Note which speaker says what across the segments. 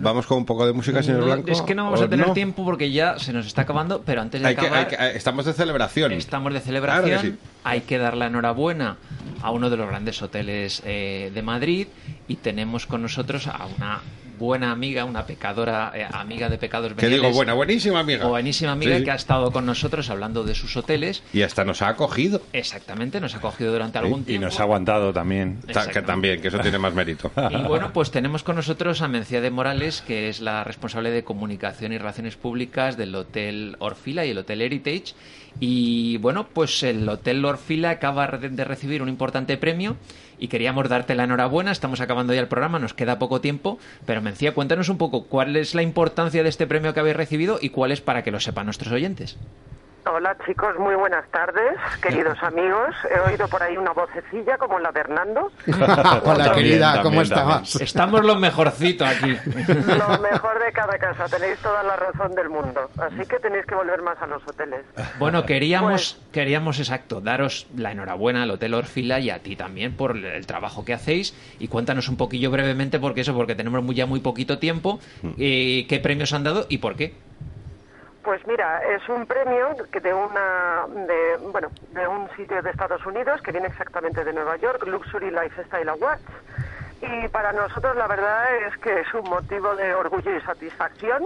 Speaker 1: Vamos con un poco de música, señor
Speaker 2: No,
Speaker 1: Blanco.
Speaker 2: es que no vamos
Speaker 1: ¿o
Speaker 2: a tener tiempo porque ya se nos está acabando, pero antes de
Speaker 1: Hay que- hay
Speaker 2: acabar,
Speaker 1: que- eh, estamos de celebración.
Speaker 2: estamos de celebración.
Speaker 1: Claro que sí.
Speaker 2: Hay que dar la enhorabuena a uno de los grandes hoteles eh, de Madrid y tenemos con nosotros a una buena amiga, una pecadora, eh, amiga de pecados
Speaker 1: Que digo,
Speaker 2: veniales,
Speaker 1: buena, buenísima amiga.
Speaker 2: buenísima amiga
Speaker 1: Sí, sí.
Speaker 2: que ha estado con nosotros hablando de sus hoteles.
Speaker 1: Y hasta nos ha acogido.
Speaker 2: Exactamente, nos ha cogido durante algún
Speaker 3: Y
Speaker 2: tiempo.
Speaker 3: nos ha aguantado también.
Speaker 1: Ta- Que
Speaker 2: Exacto.
Speaker 1: también, que eso tiene más mérito.
Speaker 2: Y bueno, pues tenemos con nosotros a Mencía de Morales, que es la responsable de comunicación y relaciones públicas del Hotel Orfila y el Hotel Heritage. Y bueno, pues el Hotel Orfila acaba re- de recibir un importante premio y queríamos darte la enhorabuena. Estamos acabando ya el programa, nos queda poco tiempo. Pero Mencía, cuéntanos un poco cuál es la importancia de este premio que habéis recibido y cuál es para que lo sepan nuestros oyentes.
Speaker 4: Hola chicos, muy buenas tardes, queridos amigos. He oído por ahí una vocecilla como la de Hernando.
Speaker 5: Hola,
Speaker 3: También,
Speaker 5: querida, ¿cómo
Speaker 3: también,
Speaker 5: estabas?
Speaker 2: Estamos los mejorcito aquí.
Speaker 4: Lo mejor de cada casa, tenéis toda la razón del mundo. Así que tenéis que volver más a los hoteles.
Speaker 2: Bueno, queríamos, queríamos exacto, daros la enhorabuena al Hotel Orfila y a ti también por el trabajo que hacéis. Y cuéntanos un poquillo brevemente, porque eso, porque tenemos muy- ya muy poquito tiempo,
Speaker 1: Mm.
Speaker 2: eh, qué premios han dado y por qué.
Speaker 4: Pues mira, es un premio que de una de bueno, de un sitio de Estados Unidos que viene exactamente de Nueva York, Luxury Lifestyle Awards. Y para nosotros la verdad es que es un motivo de orgullo y satisfacción,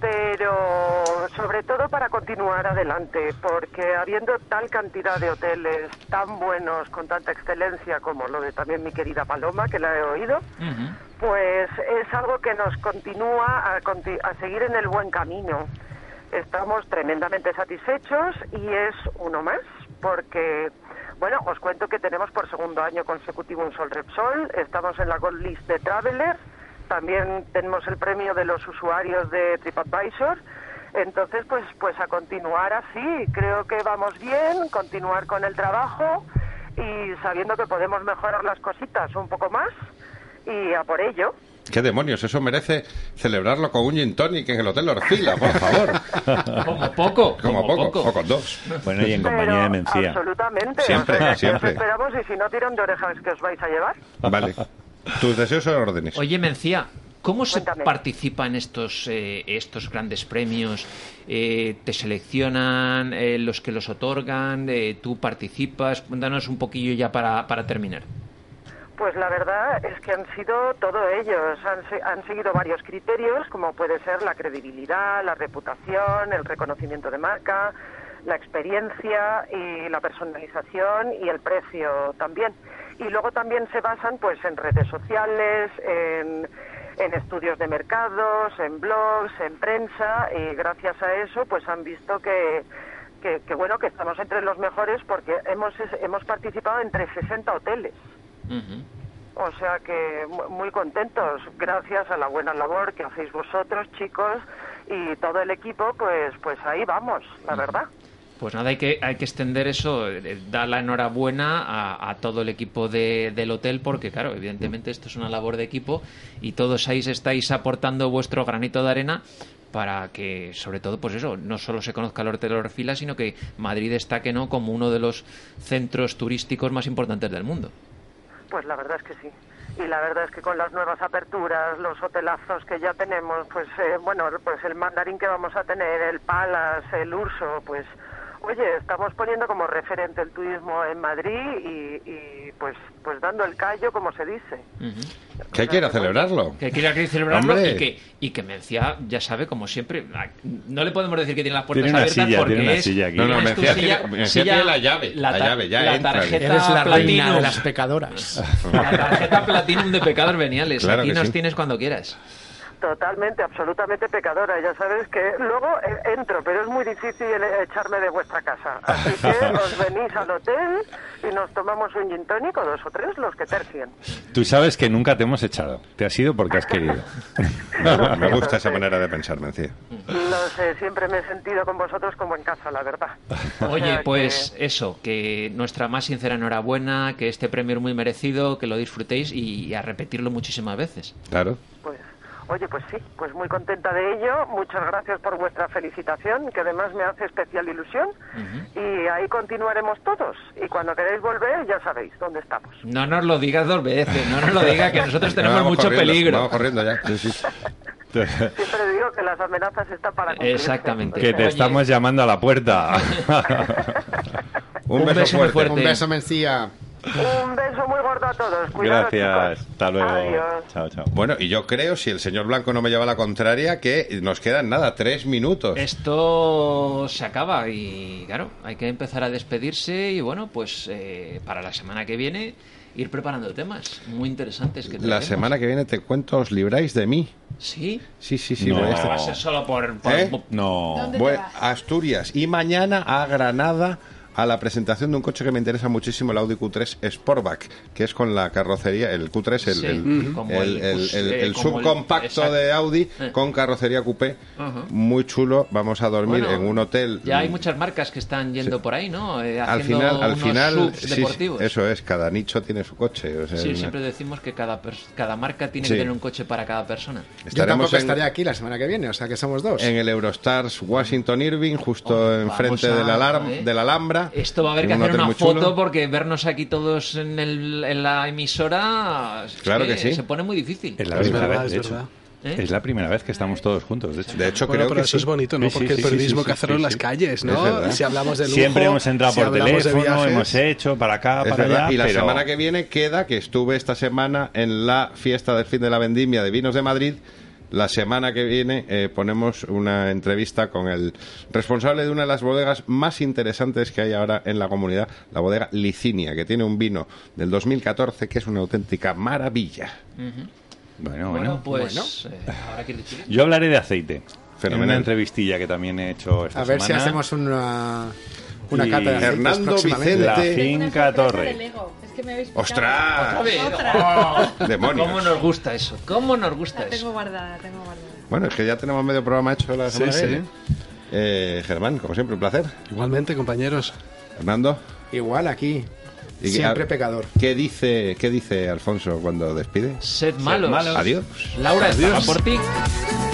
Speaker 4: pero sobre todo para continuar adelante, porque habiendo tal cantidad de hoteles tan buenos con tanta excelencia como lo de también mi querida Paloma que la he oído, pues es algo que nos continúa a, conti- a seguir en el buen camino. Estamos tremendamente satisfechos y es uno más, porque, bueno, os cuento que tenemos por segundo año consecutivo un Sol Repsol, estamos en la Gold List de Traveler, también tenemos el premio de los usuarios de TripAdvisor. Entonces, pues, pues a continuar así, creo que vamos bien, continuar con el trabajo y sabiendo que podemos mejorar las cositas un poco más y a por ello.
Speaker 1: ¿Qué demonios? Eso merece celebrarlo con un gin tonic en el Hotel Orfila, por favor.
Speaker 2: Como poco,
Speaker 1: Como, poco, o con dos.
Speaker 3: Bueno, y en compañía
Speaker 4: Pero
Speaker 3: de Mencía.
Speaker 4: Absolutamente.
Speaker 1: Siempre,
Speaker 4: o sea, que os
Speaker 1: siempre.
Speaker 4: esperamos y si no tiran de orejas que os vais a llevar.
Speaker 1: Vale. Tus deseos son órdenes.
Speaker 2: Oye, Mencía, ¿cómo se
Speaker 4: Cuéntame.
Speaker 2: participa en estos, eh, estos grandes premios? Eh, ¿Te seleccionan eh, los que los otorgan? Eh, ¿Tú participas? Cuéntanos un poquillo ya para, para terminar.
Speaker 4: Pues la verdad es que han sido todo ellos. Han, se- han seguido varios criterios, como puede ser la credibilidad, la reputación, el reconocimiento de marca, la experiencia y la personalización y el precio también. Y luego también se basan pues en redes sociales, en, en estudios de mercados, en blogs, en prensa y gracias a eso pues han visto que que, que, bueno que estamos entre los mejores porque hemos hemos participado entre 60 hoteles.
Speaker 2: Ujú.
Speaker 4: O sea que mu- muy contentos, gracias a la buena labor que hacéis vosotros, chicos, y todo el equipo, pues, pues ahí vamos, la verdad.
Speaker 2: Pues nada, hay que, hay que extender eso, eh, dar la enhorabuena a, a todo el equipo de- del hotel, porque claro, evidentemente esto es una labor de equipo y todos ahí estáis aportando vuestro granito de arena para que, sobre todo, pues eso, no solo se conozca el Hotel Orfila, sino que Madrid destaque ¿no? como uno de los centros turísticos más importantes del mundo.
Speaker 4: Pues la verdad es que sí. Y la verdad es que con las nuevas aperturas, los hotelazos que ya tenemos, pues eh, bueno, pues el mandarín que vamos a tener, el Palace, el Urso, pues oye, estamos poniendo como referente el turismo en Madrid y, y, pues, pues dando el callo, como se dice.
Speaker 1: Que hay que ir a celebrarlo.
Speaker 2: Que quiera que celebrarlo
Speaker 1: Hombre.
Speaker 2: y que, y que Mencía, ya sabe, como siempre, la- no le podemos decir que tiene las puertas
Speaker 3: Tiene una
Speaker 2: abiertas
Speaker 3: silla,
Speaker 2: porque
Speaker 3: tiene una
Speaker 2: es-
Speaker 3: silla aquí.
Speaker 1: No, no,
Speaker 2: tienes tu
Speaker 1: Mencía tiene- Mencía tiene la llave, la
Speaker 2: tar-
Speaker 1: llave, ya
Speaker 2: la
Speaker 1: entra.
Speaker 2: tarjeta
Speaker 5: Eres la reina
Speaker 2: platinum.
Speaker 5: de las pecadoras.
Speaker 2: La tarjeta platinum de pecados veniales.
Speaker 1: Claro
Speaker 2: Aquí
Speaker 1: que
Speaker 2: nos
Speaker 1: sí.
Speaker 2: tienes cuando quieras.
Speaker 4: Totalmente, absolutamente pecadora. Ya sabes que luego eh, entro, pero es muy difícil eh, echarme de vuestra casa. Así que os venís al hotel y nos tomamos un gin tónico, dos o tres, los que tercien.
Speaker 3: Tú sabes que nunca te hemos echado. Te has ido porque has querido.
Speaker 1: No, no, me gusta esa manera de pensar, Mencía.
Speaker 4: No sé, eh, siempre me he sentido con vosotros como en casa, la verdad. O sea
Speaker 2: Oye,
Speaker 4: que-
Speaker 2: pues eso, que nuestra más sincera enhorabuena, que este premio es muy merecido, que lo disfrutéis y a repetirlo muchísimas veces.
Speaker 1: Claro.
Speaker 4: pues, Oye, pues sí, pues muy contenta de ello. Muchas gracias por vuestra felicitación, que además me hace especial ilusión. Y ahí continuaremos todos. Y cuando queréis volver, ya sabéis dónde estamos.
Speaker 2: No nos lo digas dos veces, no nos lo digas, que nosotros tenemos
Speaker 1: Vamos
Speaker 2: mucho
Speaker 1: corriendo,
Speaker 2: peligro.
Speaker 1: Vamos corriendo ya. Sí, sí.
Speaker 4: Siempre digo que las amenazas están para cumplirse.
Speaker 2: Exactamente.
Speaker 3: Que te
Speaker 2: Oye.
Speaker 3: estamos llamando a la puerta.
Speaker 1: Un,
Speaker 2: Un
Speaker 1: beso,
Speaker 2: beso muy
Speaker 1: fuerte.
Speaker 2: fuerte.
Speaker 5: Un beso, Mencía.
Speaker 4: Un beso muy gordo a todos. Cuidados,
Speaker 3: Gracias.
Speaker 4: chicos.
Speaker 3: Hasta luego.
Speaker 4: Adiós.
Speaker 3: Chao, chao.
Speaker 1: Bueno, y yo creo, si el señor Blanco no me lleva la contraria, que nos quedan nada, tres minutos.
Speaker 2: Esto se acaba y claro, hay que empezar a despedirse y bueno, pues eh, para la semana que viene ir preparando temas muy interesantes que
Speaker 1: La
Speaker 2: traeremos.
Speaker 1: semana que viene te cuento, os libráis de mí.
Speaker 2: Sí.
Speaker 1: Sí, sí, sí.
Speaker 3: No.
Speaker 1: voy a
Speaker 2: Esto
Speaker 1: estar-
Speaker 2: va a ser solo por... por-
Speaker 1: ¿Eh?
Speaker 3: No.
Speaker 6: ¿Dónde
Speaker 1: Voy
Speaker 6: te
Speaker 1: a
Speaker 6: vas?
Speaker 1: Asturias y mañana a Granada a la presentación de un coche que me interesa muchísimo, el Audi Q3 Sportback, que es con la carrocería, el Q3, el,
Speaker 2: Sí,
Speaker 1: el-
Speaker 2: como
Speaker 1: el-
Speaker 2: el-
Speaker 1: el- el-
Speaker 2: eh,
Speaker 1: el
Speaker 2: como el-
Speaker 1: subcompacto
Speaker 2: exacto.
Speaker 1: de Audi
Speaker 2: Eh.
Speaker 1: con carrocería coupé,
Speaker 2: Ajá.
Speaker 1: muy chulo. Vamos a dormir
Speaker 2: Bueno,
Speaker 1: en un hotel.
Speaker 2: Ya hay muchas marcas que están yendo por ahí, ¿no? Eh,
Speaker 1: Al
Speaker 2: haciendo
Speaker 1: final, al
Speaker 2: unos
Speaker 1: final,
Speaker 2: subs
Speaker 1: sí, sí,
Speaker 2: deportivos.
Speaker 1: eso es, cada nicho tiene su coche. o sea,
Speaker 2: Sí,
Speaker 1: una-
Speaker 2: siempre decimos que cada, pers- cada marca tiene
Speaker 1: Sí.
Speaker 2: que tener un coche para cada persona.
Speaker 5: Yo
Speaker 1: estaremos
Speaker 5: tampoco
Speaker 1: en-
Speaker 5: estaré aquí la semana que viene, o sea que somos dos.
Speaker 1: en el Eurostars Washington Irving, justo
Speaker 2: Hombre,
Speaker 1: enfrente
Speaker 2: vamos
Speaker 1: de, la
Speaker 2: a-
Speaker 1: alarm-
Speaker 2: ¿eh?
Speaker 1: de la Alhambra.
Speaker 2: Esto va a haber
Speaker 1: en
Speaker 2: que
Speaker 1: un
Speaker 2: hacer
Speaker 1: hotel
Speaker 2: una
Speaker 1: muy chulo.
Speaker 2: foto porque vernos aquí todos en, el- en la emisora es
Speaker 1: Claro que sí.
Speaker 2: se pone muy difícil.
Speaker 3: Es la
Speaker 7: Es
Speaker 3: primera
Speaker 7: verdad,
Speaker 3: vez,
Speaker 7: es
Speaker 3: de hecho.
Speaker 7: verdad.
Speaker 2: ¿Eh?
Speaker 3: Es la primera vez que estamos todos juntos, de hecho.
Speaker 1: De hecho,
Speaker 7: Bueno,
Speaker 1: creo
Speaker 7: pero
Speaker 1: que
Speaker 7: eso
Speaker 1: sí.
Speaker 7: es bonito, ¿no?
Speaker 3: Sí, sí,
Speaker 7: Porque
Speaker 3: sí,
Speaker 7: el periodismo
Speaker 3: sí, sí,
Speaker 7: que hacerlo
Speaker 3: sí,
Speaker 7: en las
Speaker 3: sí.
Speaker 7: calles,
Speaker 1: Es
Speaker 7: ¿no?
Speaker 1: verdad.
Speaker 7: Si hablamos Pues de lujo,
Speaker 3: Siempre hemos entrado
Speaker 7: si
Speaker 3: por
Speaker 7: hablamos de
Speaker 3: teléfono,
Speaker 7: viajes,
Speaker 3: hemos hecho para acá,
Speaker 1: Es
Speaker 3: para
Speaker 1: verdad,
Speaker 3: allá.
Speaker 1: y la
Speaker 3: pero-
Speaker 1: semana que viene queda que estuve esta semana en la fiesta del fin de la vendimia de vinos de Madrid. La semana que viene eh, ponemos una entrevista con el responsable de una de las bodegas más interesantes que hay ahora en la comunidad, la bodega Licinia, que tiene un vino del 2014 que es una auténtica maravilla.
Speaker 3: Bueno,
Speaker 2: Bueno,
Speaker 3: bueno.
Speaker 2: pues eh, ahora quiero decir.
Speaker 3: Yo hablaré de aceite.
Speaker 1: Fenomenal.
Speaker 3: En Una entrevistilla que también he hecho esta
Speaker 5: A ver si
Speaker 3: semana.
Speaker 5: hacemos una, una
Speaker 3: Y
Speaker 5: cata de aceites
Speaker 1: Hernando
Speaker 5: próximamente.
Speaker 1: Vicente.
Speaker 3: La
Speaker 1: Tengo
Speaker 6: Tengo una
Speaker 3: finca
Speaker 6: sorpresa
Speaker 3: Torre.
Speaker 6: de Lego. Es que me habéis picado.
Speaker 1: ¡Ostras!
Speaker 2: Otra vez.
Speaker 6: Otra.
Speaker 2: ¡Oh!
Speaker 1: Demonios.
Speaker 2: ¿Cómo nos gusta eso? ¿Cómo nos gusta
Speaker 6: La tengo
Speaker 2: eso?
Speaker 6: guardada, tengo guardada.
Speaker 1: Bueno, es que ya tenemos medio programa hecho la
Speaker 7: Sí,
Speaker 1: semana que
Speaker 7: sí.
Speaker 1: viene. Eh, Germán, como siempre, un placer.
Speaker 7: Igualmente, compañeros.
Speaker 1: Hernando.
Speaker 5: Igual aquí.
Speaker 1: Y-
Speaker 5: Siempre
Speaker 1: a-
Speaker 5: pecador.
Speaker 1: ¿Qué dice, ¿Qué dice Alfonso cuando despide?
Speaker 2: Sed malos.
Speaker 1: Adiós.
Speaker 2: Laura, estaba por ti.
Speaker 8: Thank